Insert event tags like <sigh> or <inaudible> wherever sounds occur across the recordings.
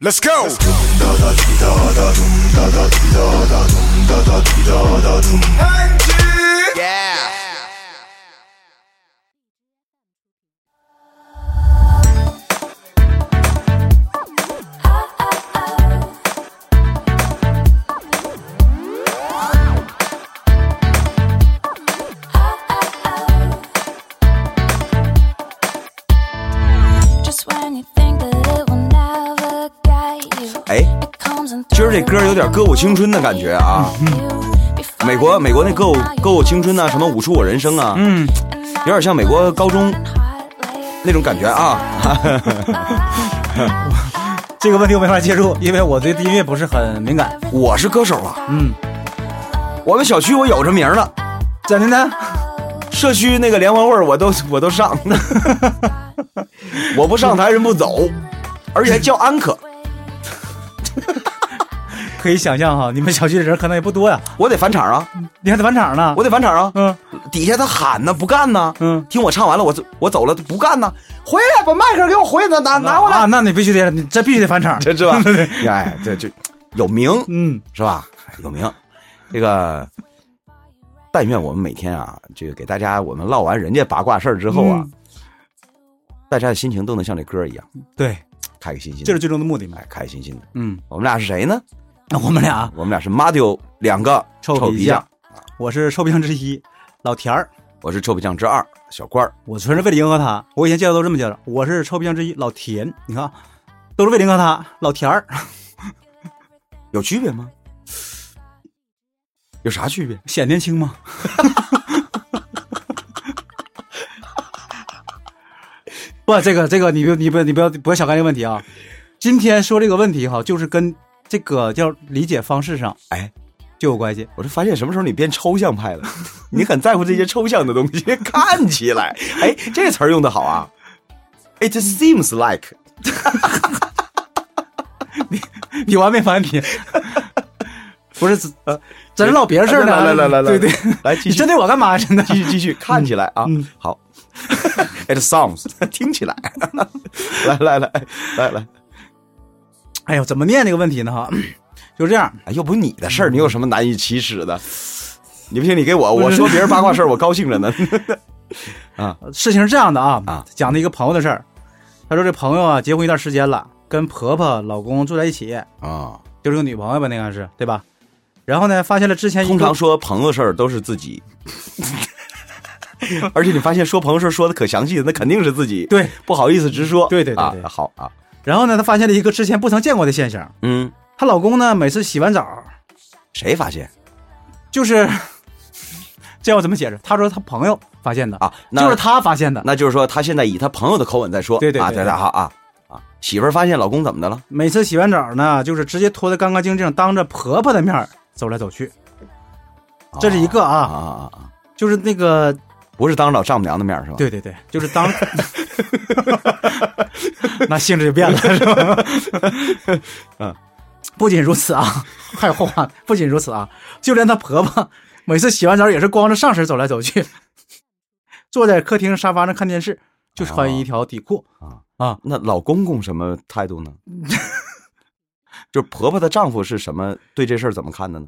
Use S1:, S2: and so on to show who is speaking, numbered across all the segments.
S1: Let's go. Yeah.
S2: 哎，今儿这歌有点歌舞青春的感觉啊。 <laughs> 美国美国那歌舞歌舞青春呐、什么舞出我人生啊，
S3: 嗯，
S2: 有点像美国高中那种感觉啊。 <laughs>
S3: 这个问题我没法接触，因为我对音乐不是很敏感。
S2: 我是歌手啊，
S3: 嗯，
S2: 我们小区我有这名儿了，
S3: 真的呢？
S2: 社区那个联欢会儿我都 <laughs> 我都上，我不上台人不走，而且还叫安可，
S3: 可以想象哈，你们小区的人可能也不多呀，
S2: 我得返场啊，
S3: 你还得返场呢。
S2: 我得返场啊。
S3: 嗯
S2: 底下他喊呢，不干呢，
S3: 嗯，
S2: 听我唱完了，我走我走了，他不干呢，回来把麦克给我回拿拿拿过
S3: 啊，
S2: 来，
S3: 那你必须得，你这必须得返
S2: <laughs>
S3: 场。
S2: 这是
S3: <laughs>
S2: 吧？哎，这这有名
S3: 嗯，
S2: 是吧？有名，这个。但愿我们每天啊，这个给大家我们唠完人家八卦事儿之后啊，
S3: 嗯
S2: 大家的心情都能像这歌一样，
S3: 对，
S2: 开开心心的。
S3: 这是最终的目的嘛。
S2: 哎，开开心心的。
S3: 嗯，
S2: 我们俩是谁呢？
S3: 那我们俩，
S2: 我们俩是马丢两个
S3: 臭皮
S2: 皮
S3: 匠，我是臭皮匠之一，老田儿。
S2: 我是臭皮匠之二小官儿。
S3: 我纯是为了迎合他，我以前介绍都这么介绍，我是臭皮匠之一，老田。你看，啊都是为了迎合他，老田儿 <laughs>
S2: 有区别吗？有啥区别？
S3: 显年轻嘛。不，这个这个，你不你不你不要不要小看这个问题啊。今天说这个问题哈，就是跟这个叫理解方式上
S2: 哎，
S3: 就有关系。
S2: 我就发现什么时候你变抽象派了，你很在乎这些抽象的东西， <laughs> 看起来，哎，这个词儿用的好啊。It seems like，
S3: 你完没完你？不是，真真是唠别的事儿呢。
S2: 来来来来，
S3: 对对，
S2: 来继
S3: 你
S2: 续
S3: 针对我干嘛？真的。
S2: 继续继续， <laughs> 看起来啊，
S3: 嗯
S2: 好。It sounds，听 <laughs> 起来，来来来来来，
S3: 哎呦，怎么念这个问题呢？哈，就这样。
S2: 哎，又不是你的事儿，你有什么难以启齿的？你不信，你给我，我说别人八卦事儿，我高兴着
S3: <laughs>
S2: 呢。
S3: 事情是这样的啊，
S2: 啊
S3: 讲的一个朋友的事儿。他说这朋友啊，结婚一段时间了，跟婆婆、老公住在一起，
S2: 啊，
S3: 就是个女朋友吧，那个是对吧？然后呢，发现了之前一个
S2: 通常说朋友事儿都是自己， <laughs> 而且你发现说朋友事儿说的可详细了，那肯定是自己。
S3: 对，
S2: 不好意思直说。
S3: 对对对
S2: 啊
S3: 对
S2: 好啊，
S3: 然后呢，她发现了一个之前不曾见过的现象。
S2: 嗯，
S3: 她老公呢，每次洗完澡，
S2: 谁发现
S3: 就是 <laughs> 这要怎么解释？她说她朋友发现的，
S2: 啊？那
S3: 就是她发现的，
S2: 那就是说他现在以他朋友的口吻在说。
S3: 对对对
S2: 啊，
S3: 对
S2: 对好啊啊，媳妇儿发现老公怎么的了？
S3: 每次洗完澡呢，就是直接脱得干干净净，当着婆婆的面儿走来走去。这是一个
S2: 啊
S3: 啊，
S2: 啊啊啊！
S3: 就是那个，
S2: 不是当着老丈母娘的面儿是吧？，
S3: 对对对，就是当， <laughs> 那性质就变了，
S2: <laughs>
S3: 是吧？
S2: 嗯，
S3: 不仅如此啊， <laughs> 还有后话，不仅如此啊，就连她婆婆每次洗完澡也是光着上身走来走去，坐在客厅沙发上看电视，就穿一条底裤。
S2: 啊那老公公什么态度
S3: <laughs>
S2: 呢？就是婆婆的丈夫是什么对这事儿怎么看的呢？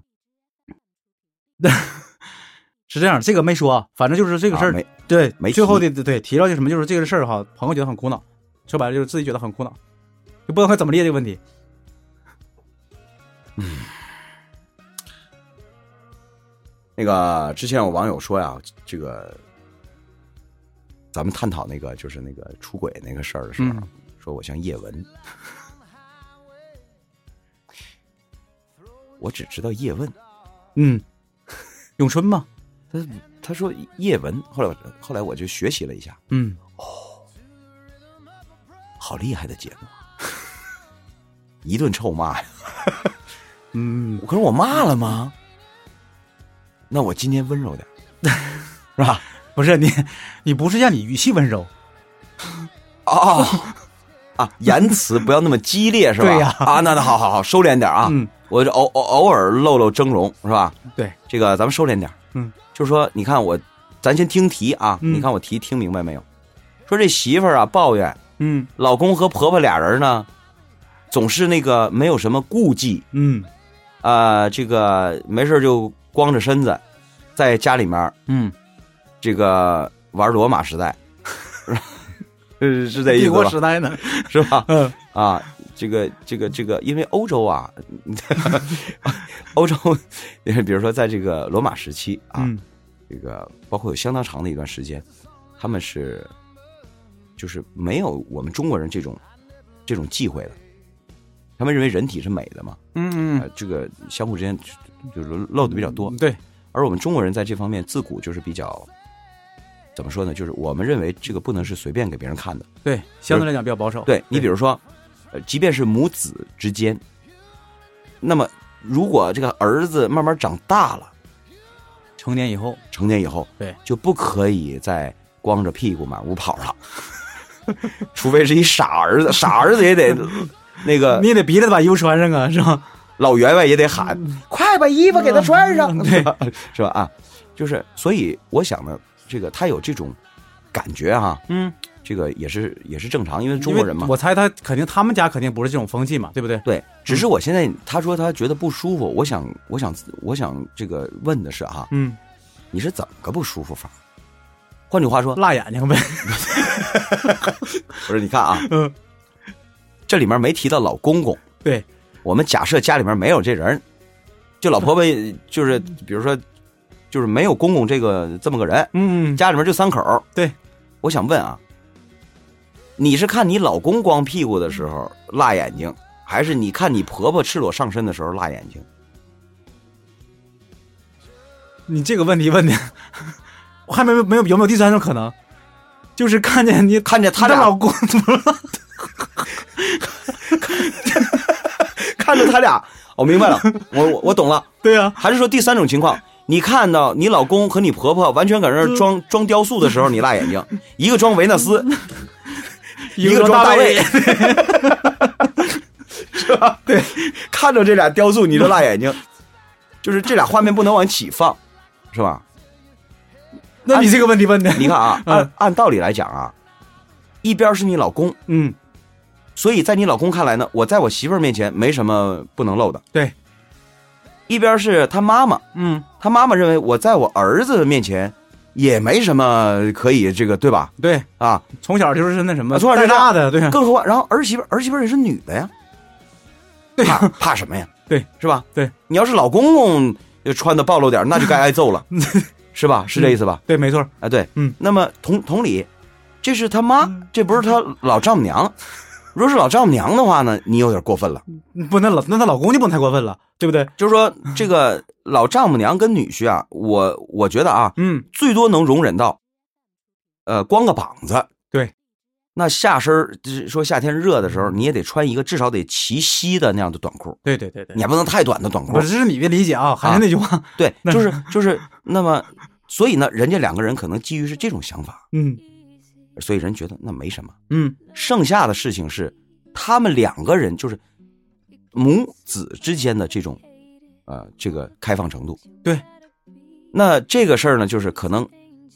S3: 是这样，这个没说啊，反正就是这个事
S2: 啊
S3: 儿、
S2: 没
S3: 对，
S2: 没
S3: 最后
S2: 提
S3: 的对提到就什么，就是这个事儿哈，朋友觉得很苦恼，说白了就是自己觉得很苦恼，就不知道该怎么理解这个问题。
S2: 那个之前有网友说呀，这个咱们探讨那个就是那个出轨那个事儿的时候，
S3: 嗯
S2: 说我像叶文，我只知道叶问。 <laughs>
S3: 嗯，咏春嘛，
S2: 他他说叶文，后来我后来我就学习了一下，
S3: 嗯，
S2: 好厉害的节目， <laughs> 一顿臭骂呀！
S3: 嗯，
S2: 可是我骂了吗？那我今天温柔点儿，是吧？
S3: 不是你，你不是让你语气温柔，
S2: 哦，啊，言辞不要那么激烈，是吧？
S3: 对呀
S2: 啊，那那好好好，收敛点啊。
S3: 嗯，
S2: 我这偶偶偶尔露露峥嵘，是吧？
S3: 对，
S2: 这个咱们收敛点。
S3: 嗯，
S2: 就是说，你看我，咱先听题啊，
S3: 嗯
S2: 你看我题听明白没有？说这媳妇儿啊抱怨
S3: 嗯
S2: 老公和婆婆俩人呢，总是那个没有什么顾忌，
S3: 嗯
S2: 啊，这个没事就光着身子，在家里面
S3: 嗯，
S2: 这个玩罗马时代， <laughs> 是是这意
S3: 帝
S2: 思
S3: 国
S2: 吧？
S3: 时代呢？
S2: 是吧？
S3: 嗯
S2: 啊，这个这个这个，因为欧洲啊， <laughs> 欧洲，比如说在这个罗马时期啊，
S3: 嗯
S2: 这个包括有相当长的一段时间，他们是就是没有我们中国人这种这种忌讳的，他们认为人体是美的嘛，
S3: 嗯
S2: 呃，这个相互之间就就是漏的比较多
S3: 嗯，，对，
S2: 而我们中国人在这方面自古就是比较怎么说呢？就是我们认为这个不能是随便给别人看的。
S3: 对，相哦对来讲比较保守。
S2: 对你比如说，呃，即便是母子之间，那么如果这个儿子慢慢长大了，
S3: 成年以后，
S2: 成年以后，
S3: 对，
S2: 就不可以再光着屁股满屋跑了， <laughs> 除非是一傻儿子，傻儿子也得那个
S3: <laughs> 你也得逼着把衣服穿上啊，是吧？
S2: 老员外也得喊，快把衣服给他穿上，
S3: 嗯
S2: 对，是吧？啊，就是，所以我想呢，这个他有这种感觉哈、
S3: 嗯，
S2: 这个也是也是正常，因为中国人嘛，
S3: 我嗯猜他肯定他们家肯定不是这种风气嘛，对不对？
S2: 对，只是我现在他说他觉得不舒服，我想我想我想这个问的是哈、
S3: 嗯，
S2: 你是怎么个不舒服法？换句话说，
S3: 辣嗯眼睛呗。 <laughs>
S2: 不是你看啊，
S3: 嗯，
S2: 这里面没提到老公公，
S3: 对，
S2: 我们假设家里面没有这人，就老婆婆就是
S3: 嗯
S2: 比如说就是没有公公这个这么个人，
S3: 嗯，
S2: 家里面就三口。
S3: 对，
S2: 我想问啊，你是看你老公光屁股的时候辣眼睛，还是你看你婆婆赤裸上身的时候辣眼睛？ <laughs>
S3: 你 <laughs> 这个问题问的，我还没有没有有没有第三种可能，就是看见你
S2: 看见他
S3: 你的
S2: 俩
S3: 老公 <laughs> 怎么了？
S2: 看着他俩，我、明白了，我我我懂了。
S3: 对啊呀、
S2: 还是说第三种情况，你看到你老公和你婆婆完全搁那儿装、装雕塑的时候，你辣眼睛； <laughs> 一个装维纳斯， <laughs> 一个
S3: 个
S2: 装
S3: 大
S2: 卫，是 <laughs> 吧？对，看着这俩雕塑你就辣眼睛，就是这俩画面不能往一起放，是吧？
S3: 那你这个问题问的，
S2: <laughs> 你看啊，
S3: 嗯
S2: 按按道理来讲啊，一边是你老公，
S3: 嗯，
S2: 所以在你老公看来呢，我在我媳妇儿面前没什么不能露的；
S3: 对，
S2: 一边是他妈妈，
S3: 嗯，
S2: 他妈妈认为我在我儿子面前也没什么可以这个，对吧？
S3: 对， <laughs>
S2: 啊，
S3: 啊从小就是那什么，
S2: 从小
S3: 带
S2: 就是
S3: 大的，对呀、
S2: 更何况，然后儿媳妇儿儿媳妇儿也是女的呀，
S3: 对
S2: 怕怕什么呀？
S3: 对，
S2: 是吧？
S3: 对，
S2: 你要是老公公就穿的暴露点儿，那就该挨揍
S3: <laughs>
S2: 了，是吧？是这意思吧？
S3: 对，没错，
S2: 啊，对，
S3: 嗯。
S2: 那么同同理，这是他妈，这不是他老丈母娘。如果是老丈母娘的话呢，你有点过分了。
S3: 不，那老那她老公就不能太过分了，对不对？
S2: 就是
S3: <laughs>
S2: 说，这个老丈母娘跟女婿啊，我我觉得啊，
S3: 嗯，
S2: 最多能容忍到，呃，光个膀子。
S3: 对，
S2: 那下身儿就是说夏天热的时候，你也得穿一个至少得齐膝的那样的短裤，
S3: 对对对对
S2: 你，还不能太短的短裤
S3: 我。这是你的理解啊，还是那句话，
S2: 对，
S3: 那
S2: 就是
S3: <laughs>
S2: 就是那么，所以呢，人家两个人可能基于是这种想法，
S3: 嗯
S2: 所以人觉得那没什么。
S3: 嗯，
S2: 剩下的事情是他们两个人就是母子之间的这种呃这个开放程度。
S3: 对，
S2: 那这个事儿呢，就是可能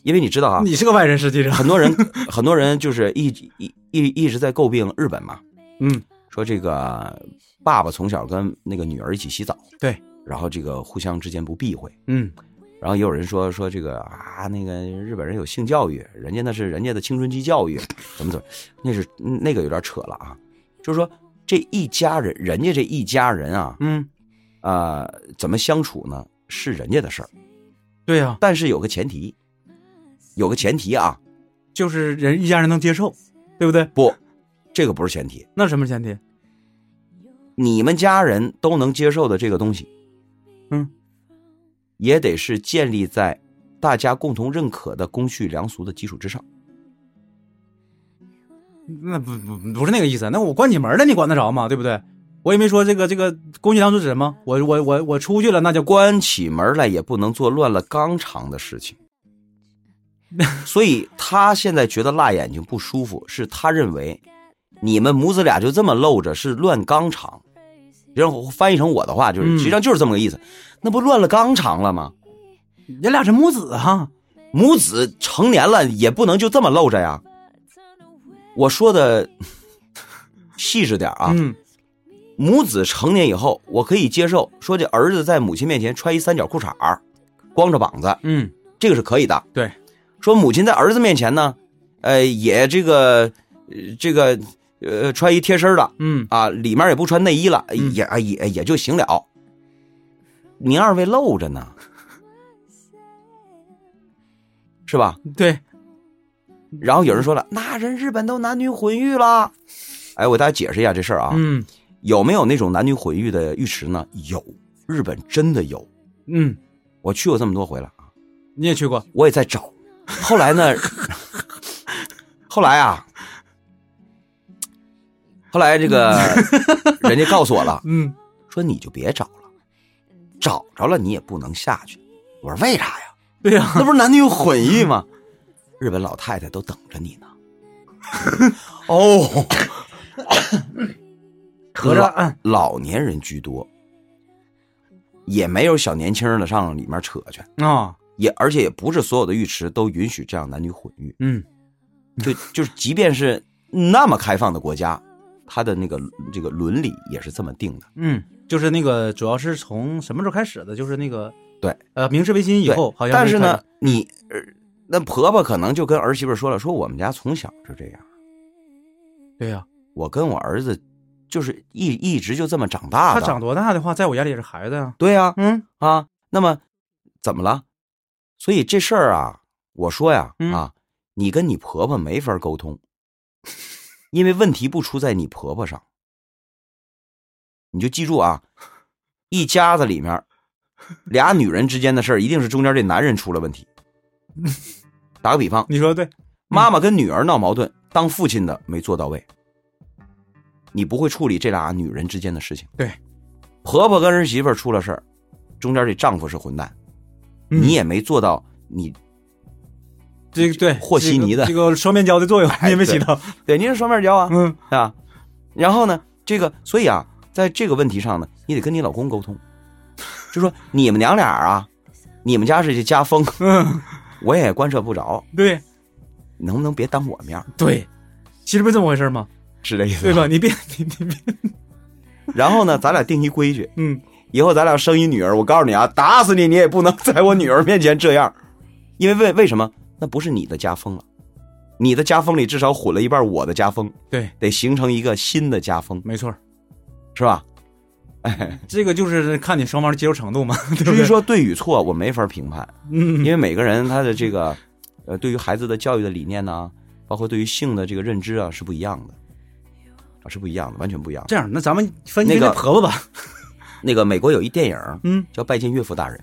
S2: 因为你知道啊，
S3: 你是个外人，实际上，
S2: 很多人很多人就是一一一一直在诟病日本嘛，
S3: 嗯，
S2: 说这个爸爸从小跟那个女儿一起洗澡，
S3: 对，
S2: 然后这个互相之间不避讳，
S3: 嗯，
S2: 然后也有人说说这个啊，那个日本人有性教育，人家那是人家的青春期教育，怎么怎么，那是嗯那个有点扯了啊，就是说这一家人，人家这一家人啊，
S3: 嗯，
S2: 呃，怎么相处呢？是人家的事儿，
S3: 对啊呀、
S2: 但是有个前提，有个前提啊，
S3: 就是人一家人能接受，对不对？
S2: 不，这个不是前提，
S3: 那什么前提？
S2: 你们家人都能接受的这个东西，
S3: 嗯，
S2: 也得是建立在大家共同认可的公序良俗的基础之上。
S3: 那不不不是那个意思，那我关你门了，你管得着吗？对不对？我也没说这个这个公序良俗指什么，我我我我出去了，那叫关。
S2: 关起门来也不能做乱了纲常的事
S3: <laughs>
S2: 情。所以他现在觉得辣眼睛不舒服，是他认为你们母子俩就这么露着是乱纲常，然后翻译成我的话就是，
S3: 嗯
S2: 实际上就是这么个意思，那不乱了纲常了吗？
S3: 人俩是母子哈、啊
S2: 母子成年了也不能就这么露着呀，我说的细致点啊，
S3: 嗯，
S2: 母子成年以后，我可以接受说这儿子在母亲面前穿一三角裤衩儿光着膀子，
S3: 嗯，
S2: 这个是可以的。
S3: 对，
S2: 说母亲在儿子面前呢，呃，也这个呃这个呃穿一贴身儿的
S3: 嗯，
S2: 啊，里面也不穿内衣了，
S3: 嗯
S2: 也啊也也就行了。您二位露着呢，是吧？
S3: 对，
S2: 然后有人说
S3: 嗯
S2: 了，那人日本都男女混浴了。哎，我给大家解释一下这事儿啊。
S3: 嗯
S2: 有没有那种男女混浴的浴池呢？有，日本真的有，
S3: 嗯，
S2: 我去过这么多回了啊，
S3: 你也去过，
S2: 我也在找。后来 <laughs> 呢，后来啊，后来这 <laughs> 个人家告诉我了，
S3: 嗯，
S2: 说你就别找了，找着了你也不能下去。我说为啥呀？ <laughs>
S3: 对呀， <laughs>
S2: 那不是男女混浴吗？日本老太太都等着你呢。哦，
S3: 合着嗯
S2: 老年人居多，也没有小年轻的上里面扯去，
S3: 啊，
S2: 也而且也不是所有的浴池都允许这样男女混浴，
S3: 嗯
S2: 就就是即便是那么开放的国家，它的那个这个伦理也是这么定的。
S3: 嗯，就是那个主要是从什么时候开始的？就是那个
S2: 对，
S3: 呃，明治维新以
S2: 对
S3: 后，好像
S2: 但是
S3: 开
S2: 呢
S3: 始，，
S2: 你呃那婆婆可能就跟儿媳妇说了，说我们家从小就这样，
S3: 对呀，
S2: 我跟我儿子就是一一直就这么长大
S3: 他
S2: 的。
S3: 长多大的话，在我眼里也是孩子呀，
S2: 对呀、
S3: 嗯
S2: 啊，那么怎么了？所以这事儿啊，我说呀、
S3: 嗯
S2: 啊，你跟你婆婆没法沟通，因为问题不出在你婆婆上。你就记住啊，一家子里面，俩女人之间的事儿，一定是中间这男人出了问题。打个比方，
S3: 你说的对，
S2: 妈妈跟女儿闹矛盾，当父亲的没做到位，你不会处理这俩女人之间的事情。
S3: 对，
S2: 婆婆跟儿媳妇儿出了事儿，中间这丈夫是混蛋，
S3: 嗯
S2: 你也没做到你
S3: 这个对
S2: 和稀泥的
S3: 这个这个双面胶的作用，你也没
S2: 对
S3: 起到，
S2: 对，您是双面胶啊，
S3: 嗯
S2: 是吧？然后呢，这个所以啊，在这个问题上呢，你得跟你老公沟通，就说你们娘俩啊，你们家是这家风，
S3: 嗯，
S2: 我也干涉不着，
S3: 对
S2: 能不能别当我面儿？
S3: 对，其实不是这么回事吗？
S2: 是这意思
S3: 对
S2: 吧。
S3: 吧？你别你你别，
S2: 然后呢，咱俩定一规矩，
S3: 嗯
S2: 以后咱俩生一女儿，我告诉你啊，打死你你也不能在我女儿面前这样，因为为为什么？那不是你的家风了，你的家风里至少混了一半我的家风，
S3: 对，
S2: 得形成一个新的家风，
S3: 没错儿，
S2: 是吧？
S3: 这个就是看你双方的接受程度嘛，对不
S2: 至于
S3: 对？
S2: 说对与错，我没法评判，
S3: 嗯，
S2: 因为每个人他的这个，呃，对于孩子的教育的理念呢、包括对于性的这个认知啊，是不一样的，啊，是不一样的，完全不一样的。
S3: 这样，那咱们分析
S2: 那
S3: 分
S2: 个
S3: 析婆婆吧。
S2: 那个美国有一电影
S3: 嗯
S2: 叫《拜见岳父大人》，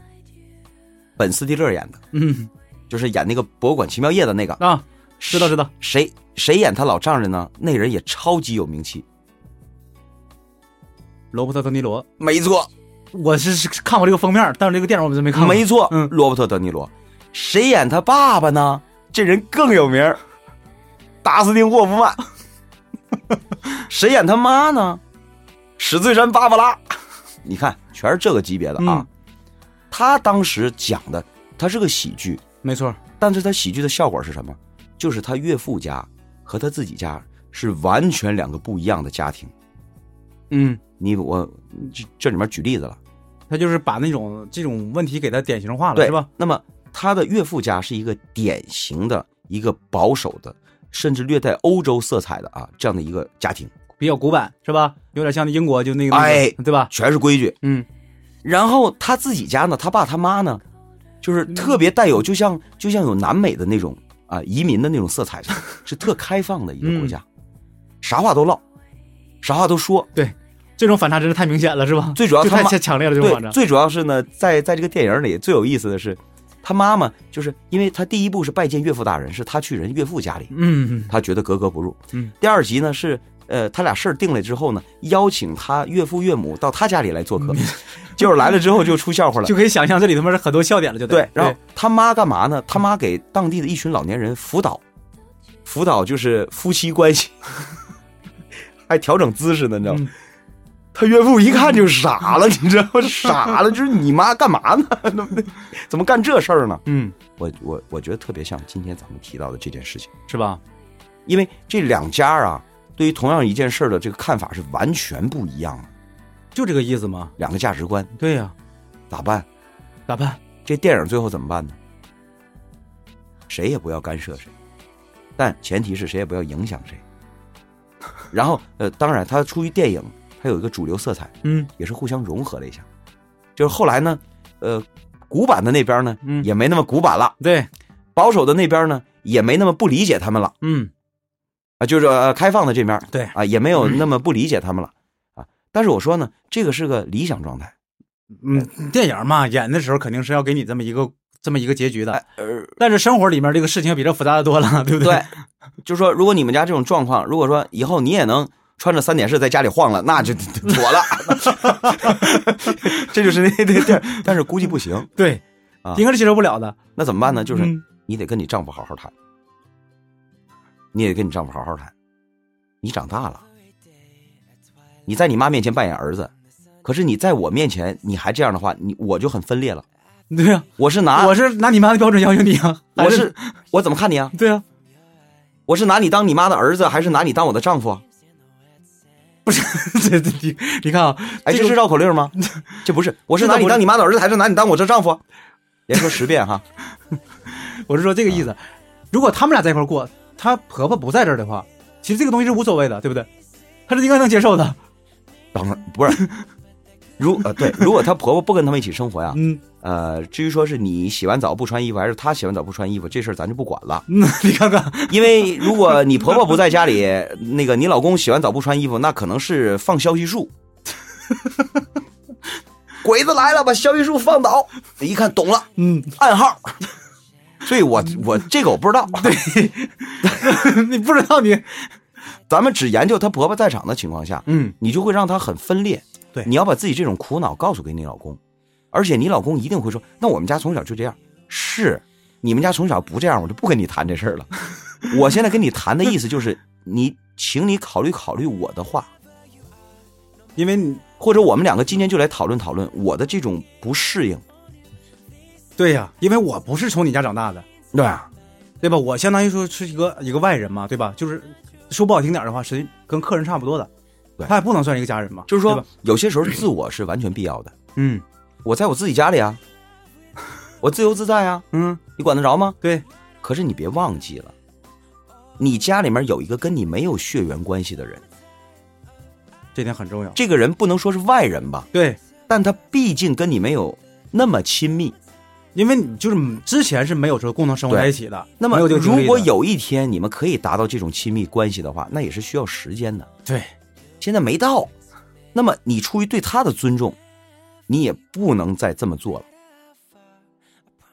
S2: 本斯蒂勒演的，
S3: 嗯
S2: 就是演那个《博物馆奇妙夜》的那个。
S3: 啊，知道知道，
S2: 谁谁演他老丈人呢？那人也超级有名气。
S3: 罗伯特·德尼罗，
S2: 没错，
S3: 我是是看过这个封面，但是这个电影我们真没看过。
S2: 没错，
S3: 嗯
S2: 罗伯特·德尼罗。谁演他爸爸呢？这人更有名儿，达斯汀·霍夫曼。
S3: <laughs>
S2: 谁演他妈呢？史翠珊·芭芭拉。你看，全是这个级别的啊。
S3: 嗯
S2: 他当时讲的，他是个喜剧，
S3: 没错，
S2: 但是他喜剧的效果是什么？就是他岳父家和他自己家是完全两个不一样的家庭。
S3: 嗯，
S2: 你我这这里面举例子了，
S3: 他就是把那种这种问题给他典型化了，
S2: 对
S3: 是吧？？
S2: 那么他的岳父家是一个典型的一个保守的，甚至略带欧洲色彩的啊这样的一个家庭，
S3: 比较古板，是吧？有点像那英国就那个，
S2: 哎
S3: 那个对吧？
S2: 全是规矩。
S3: 嗯，
S2: 然后他自己家呢，他爸他妈呢，就是
S3: 嗯
S2: 特别带有，就像就像有南美的那种啊移民的那种色彩，是特开放的一
S3: 嗯
S2: 个国家，啥话都唠，啥话都说。
S3: 这种反差真是太明显了，是吧？
S2: 最主要
S3: 就
S2: 他
S3: 太
S2: 妈
S3: 太强烈了，这种反
S2: 对，
S3: 差。
S2: 最主要是呢，在在这个电影里最有意思的是，他妈妈就是因为他第一部是拜见岳父大人，是他去人岳父家里，
S3: 嗯，
S2: 他觉得格格不入。
S3: 嗯，
S2: 第二集呢是呃，他俩事儿定了之后呢，邀请他岳父岳母到他家里来做客，结果来了之后 <laughs> 就出笑话了
S3: 就。可以想象这里他妈是很多笑点了，就得
S2: 对，然后他妈干嘛呢？他妈给当地的一群老年人辅导，辅导就是夫妻关系， <laughs> 还调整姿势呢，你知道吗？
S3: 嗯
S2: 他岳父一看就傻
S3: <laughs>
S2: 了，你知道吗？傻了，就是你妈干嘛呢？ <laughs> 对不对？怎么干这事儿呢？
S3: 嗯，
S2: 我我我觉得特别像今天咱们提到的这件事情，
S3: 是吧？
S2: 因为这两家啊，对于同样一件事儿的这个看法是完全不一样的，
S3: 就这个意思吗？
S2: 两个价值观
S3: 对呀、
S2: 咋办？
S3: 咋办？
S2: 这电影最后怎么办呢？谁也不要干涉谁，但前提是谁也不要影响谁。然后，呃，当然，它出于电影，它有一个主流色彩，
S3: 嗯
S2: 也是互相融合了一下。就是后来呢，呃，古板的那边呢，
S3: 嗯
S2: 也没那么古板了；
S3: 对，
S2: 保守的那边呢，也没那么不理解他们了
S3: 嗯
S2: 啊。就是、呃、开放的这面儿
S3: 对，嗯
S2: 啊，也没有那么不理解他们了啊。但是我说呢，这个是个理想状态。
S3: 嗯，电影嘛，演的时候肯定是要给你这么一个这么一个结局的，
S2: 呃，
S3: 但是生活里面这个事情比这复杂的多了，对不
S2: 对，就说如果你们家这种状况，如果说以后你也能穿着三点式在家里晃了，那就 <laughs> 妥了。
S3: <laughs>
S2: 这就是那那地儿，但是估计不行。
S3: 对
S2: 啊
S3: 应该是接受不了的。
S2: 那怎么办呢？就是
S3: 嗯
S2: 你得跟你丈夫好好谈，你得跟你丈夫好好谈。你长大了，你在你妈面前扮演儿子，可是你在我面前你还这样的话，你我就很分裂了。
S3: 对呀、
S2: 我是拿
S3: 我是拿你妈的标准要求你啊，
S2: 啊我
S3: 还
S2: 是我怎么看你啊？
S3: 对啊， <laughs>
S2: 我是拿你当你妈的儿子，还是拿你当我的丈夫啊？
S3: 这这你你看啊，
S2: 哎，
S3: 这
S2: 这
S3: 个
S2: 是绕口令吗？ <laughs> 这不是，我是拿你当你妈的儿子，还是拿你当我这丈夫啊？连说十遍哈，
S3: 我是说这个
S2: 啊
S3: 意思。如果他们俩在一块儿过，她婆婆不在这儿的话，其实这个东西是无所谓的，对不对？她是应该能接受的。
S2: 啊当然不是。如呃对，如果她婆婆不跟他们一起生活呀，
S3: 嗯， <laughs>
S2: 呃，至于说是你洗完澡不穿衣服，还是她洗完澡不穿衣服，这事儿咱就不管了。
S3: 嗯，你看看，
S2: 因为如果你婆婆不在家里，那个你老公洗完澡不穿衣服，那可能是放消息树。鬼子来了，把消息树放倒。一看懂了，
S3: 嗯， <laughs>
S2: 暗号。所以我我这个我不知道，对，
S3: 你不知道你，
S2: 咱们只研究她婆婆在场的情况下，
S3: 嗯，
S2: 你就会让她很分裂。
S3: 对
S2: 你要把自己这种苦恼告诉给你老公，而且你老公一定会说：“那我们家从小就这样。”是，你们家从小不这样，我就不跟你谈这事儿了。 <laughs> 我现在跟你谈的意思就是，你请你考虑考虑我的话，
S3: 因为你
S2: 或者我们两个今天就来讨论讨论我的这种不适应。
S3: 对呀、因为我不是从你家长大的，
S2: 对、啊
S3: 对吧？我相当于说是一个一个外人嘛，对吧？就是说不好听点儿的话，实际跟客人差不多的，
S2: 对
S3: 他也不能算一个家人嘛。
S2: 就是
S3: 对
S2: 说
S3: 吧，
S2: 有些时候自我是完全必要的。
S3: 嗯
S2: 我在我自己家里啊，我自由自在啊，
S3: 嗯，
S2: 你管得着吗？
S3: 对，
S2: 可是你别忘记了，你家里面有一个跟你没有血缘关系的人，
S3: 这点很重要。
S2: 这个人不能说是外人吧，
S3: 对，
S2: 但他毕竟跟你没有那么亲密。
S3: 因为你就是之前是没有说共同生活在一起的，
S2: 那么
S3: 没有这，个经
S2: 如
S3: 历的
S2: 果有一天你们可以达到这种亲密关系的话，那也是需要时间的。
S3: 对，
S2: 现在没到，那么你出于对他的尊重，你也不能再这么做了。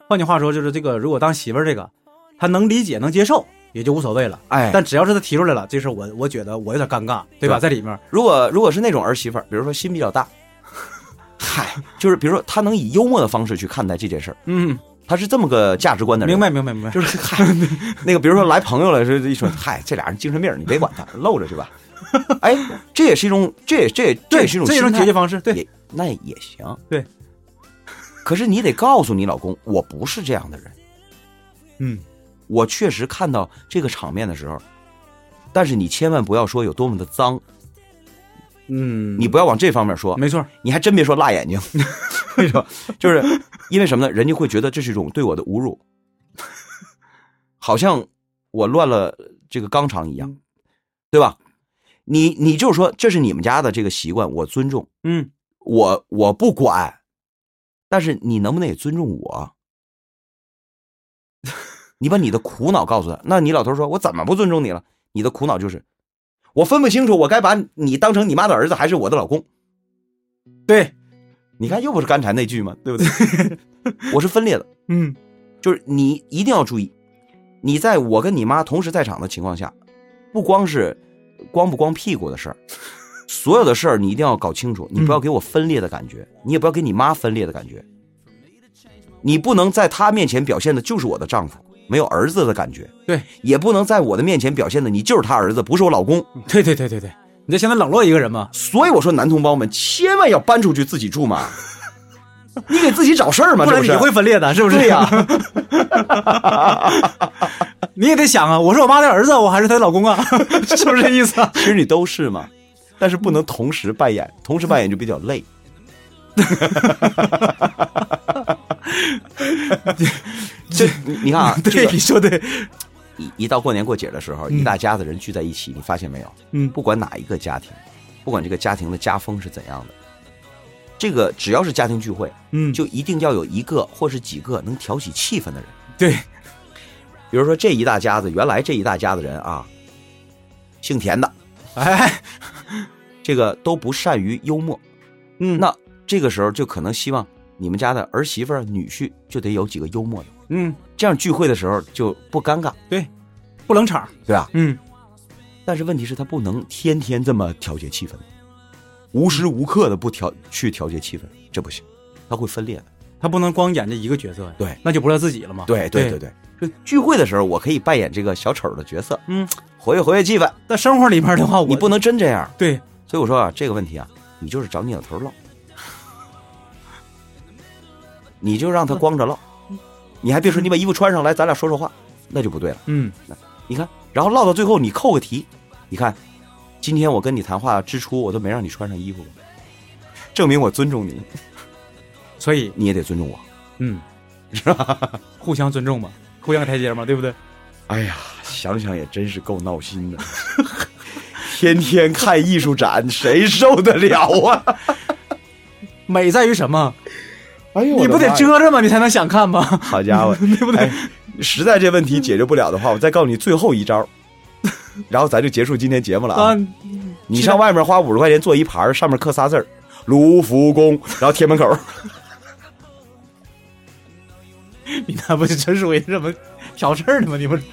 S3: 换句话说就是这个，如果当媳妇儿这个，她能理解能接受也就无所谓了。
S2: 哎，
S3: 但只要是她提出来了，这事儿我我觉得我有点尴尬，对吧？
S2: 对
S3: 在里面，
S2: 如果如果是那种儿媳妇儿，比如说心比较大，嗨，就是比如说她能以幽默的方式去看待这件事儿，
S3: 嗯，
S2: 她是这么个价值观的人。
S3: 明白明白明
S2: <laughs>
S3: 白，
S2: 就是嗨，那个比如说来朋友了，是一说嗨，这俩人精神病，你别管他，露着去吧。哎，这也是一种，这也这也这也是一种
S3: 这
S2: 心
S3: 也是一
S2: 态
S3: 种解决方式，对
S2: 也那也行，
S3: 对。
S2: 可是你得告诉你老公，我不是这样的人，
S3: 嗯，
S2: 我确实看到这个场面的时候，但是你千万不要说有多么的脏，
S3: 嗯，
S2: 你不要往这方面说，
S3: 没错，
S2: 你还真别说辣眼睛， <laughs> 为什么？就是因为什么呢？人家会觉得这是一种对我的侮辱，好像我乱了这个纲常一样，对吧？你你就是说这是你们家的这个习惯，我尊重，
S3: 嗯，
S2: 我我不管，但是你能不能也尊重我？ <laughs> 你把你的苦恼告诉他，那你老头说我怎么不尊重你了？你的苦恼就是我分不清楚，我该把你当成你妈的儿子还是我的老公。
S3: 对，
S2: 你看，又不是刚才那句嘛，对不对？ <laughs> 我是分裂的，
S3: 嗯，
S2: 就是你一定要注意，你在我跟你妈同时在场的情况下，不光是光不光屁股的事
S3: <laughs>
S2: 儿，所有的事儿你一定要搞清
S3: 嗯
S2: 楚，你不要给我分裂的感觉，你也不要给你妈分裂的感觉，你不能在她面前表现的就是我的丈夫，没有儿子的感觉，
S3: 对，
S2: 也不能在我的面前表现的你就是他儿子，不是我老公。
S3: 对对对对对，你这相当冷落一个人嘛， <laughs>
S2: 所以我说，男同胞们千万要搬出去自己住嘛。你给自己找事儿嘛，
S3: 不
S2: 这
S3: 然
S2: 不
S3: 你
S2: 是？
S3: 会分裂的，是不是？
S2: 对呀、
S3: <laughs> 你也得想啊，我是我妈的儿子，我还是她的老
S2: <laughs>
S3: 公啊，是不是这意思啊？
S2: 其实你都是嘛，但是不能同时扮演，同时扮演就比较累。 <laughs> 这你你 <laughs> 看啊，这
S3: 对，
S2: 个
S3: 你说对，
S2: 一一到过年过节的时候，一大家子人聚在一起，你发现没有？
S3: 嗯，
S2: 不管哪一个家庭，不管这个家庭的家风是怎样的，这个只要是家庭聚会，
S3: 嗯，
S2: 就一定要有一个或是几个能挑起气氛的人。
S3: 对，
S2: 比如说这一大家子，原来这一大家子人啊，姓田的，
S3: 哎，
S2: 这个都不善于幽默，
S3: 嗯，
S2: 那这个时候就可能希望你们家的儿媳妇儿、女婿就得有几个幽默的，
S3: 嗯，
S2: 这样聚会的时候就不尴尬，
S3: 不冷场，
S2: 对啊吧？
S3: 嗯，
S2: 但是问题是，他不能天天这么调节气氛，无时无刻的不调去调节气氛，这不行，他会分裂的。
S3: 他不能光演这一个角色呀，
S2: 对，
S3: 那就不是他自己了嘛。
S2: 对
S3: 对
S2: 对对，就聚会的时候，我可以扮演这个小丑的角色，
S3: 嗯，
S2: 活跃活跃气氛。
S3: 但生活里面的话，我
S2: 你不能真这样，
S3: 对，
S2: 所以我说啊，这个问题啊，你就是找你老头唠， <laughs> 你就让他光着唠，你还别说，你把衣服穿上来，咱俩说说话，那就不对了。
S3: 嗯
S2: 你看，然后唠到最后，你扣个题，你看，今天我跟你谈话之初，我都没让你穿上衣服吧，证明我尊重你，，
S3: 所以
S2: 你也得尊重我。
S3: 嗯，
S2: <laughs>
S3: 是吧？互相尊重嘛，互相台阶嘛，对不对？
S2: 哎呀，想想也真是够闹心的， <laughs> 天天看艺术展，谁受得了啊？
S3: 美在于什么？
S2: 哎呦
S3: 你不得遮着吗？你才能想看吗？
S2: 好家伙， <laughs> 对不对、实在这问题解决不了的话，我再告诉你最后一招， <laughs> 然后咱就结束今天节目了
S3: 啊
S2: 啊！，你上外面花五十块钱做一盘儿，上面刻仨字儿“卢浮宫”，然后贴门口儿。
S3: 你那不是纯属于什么挑事儿的吗？你不是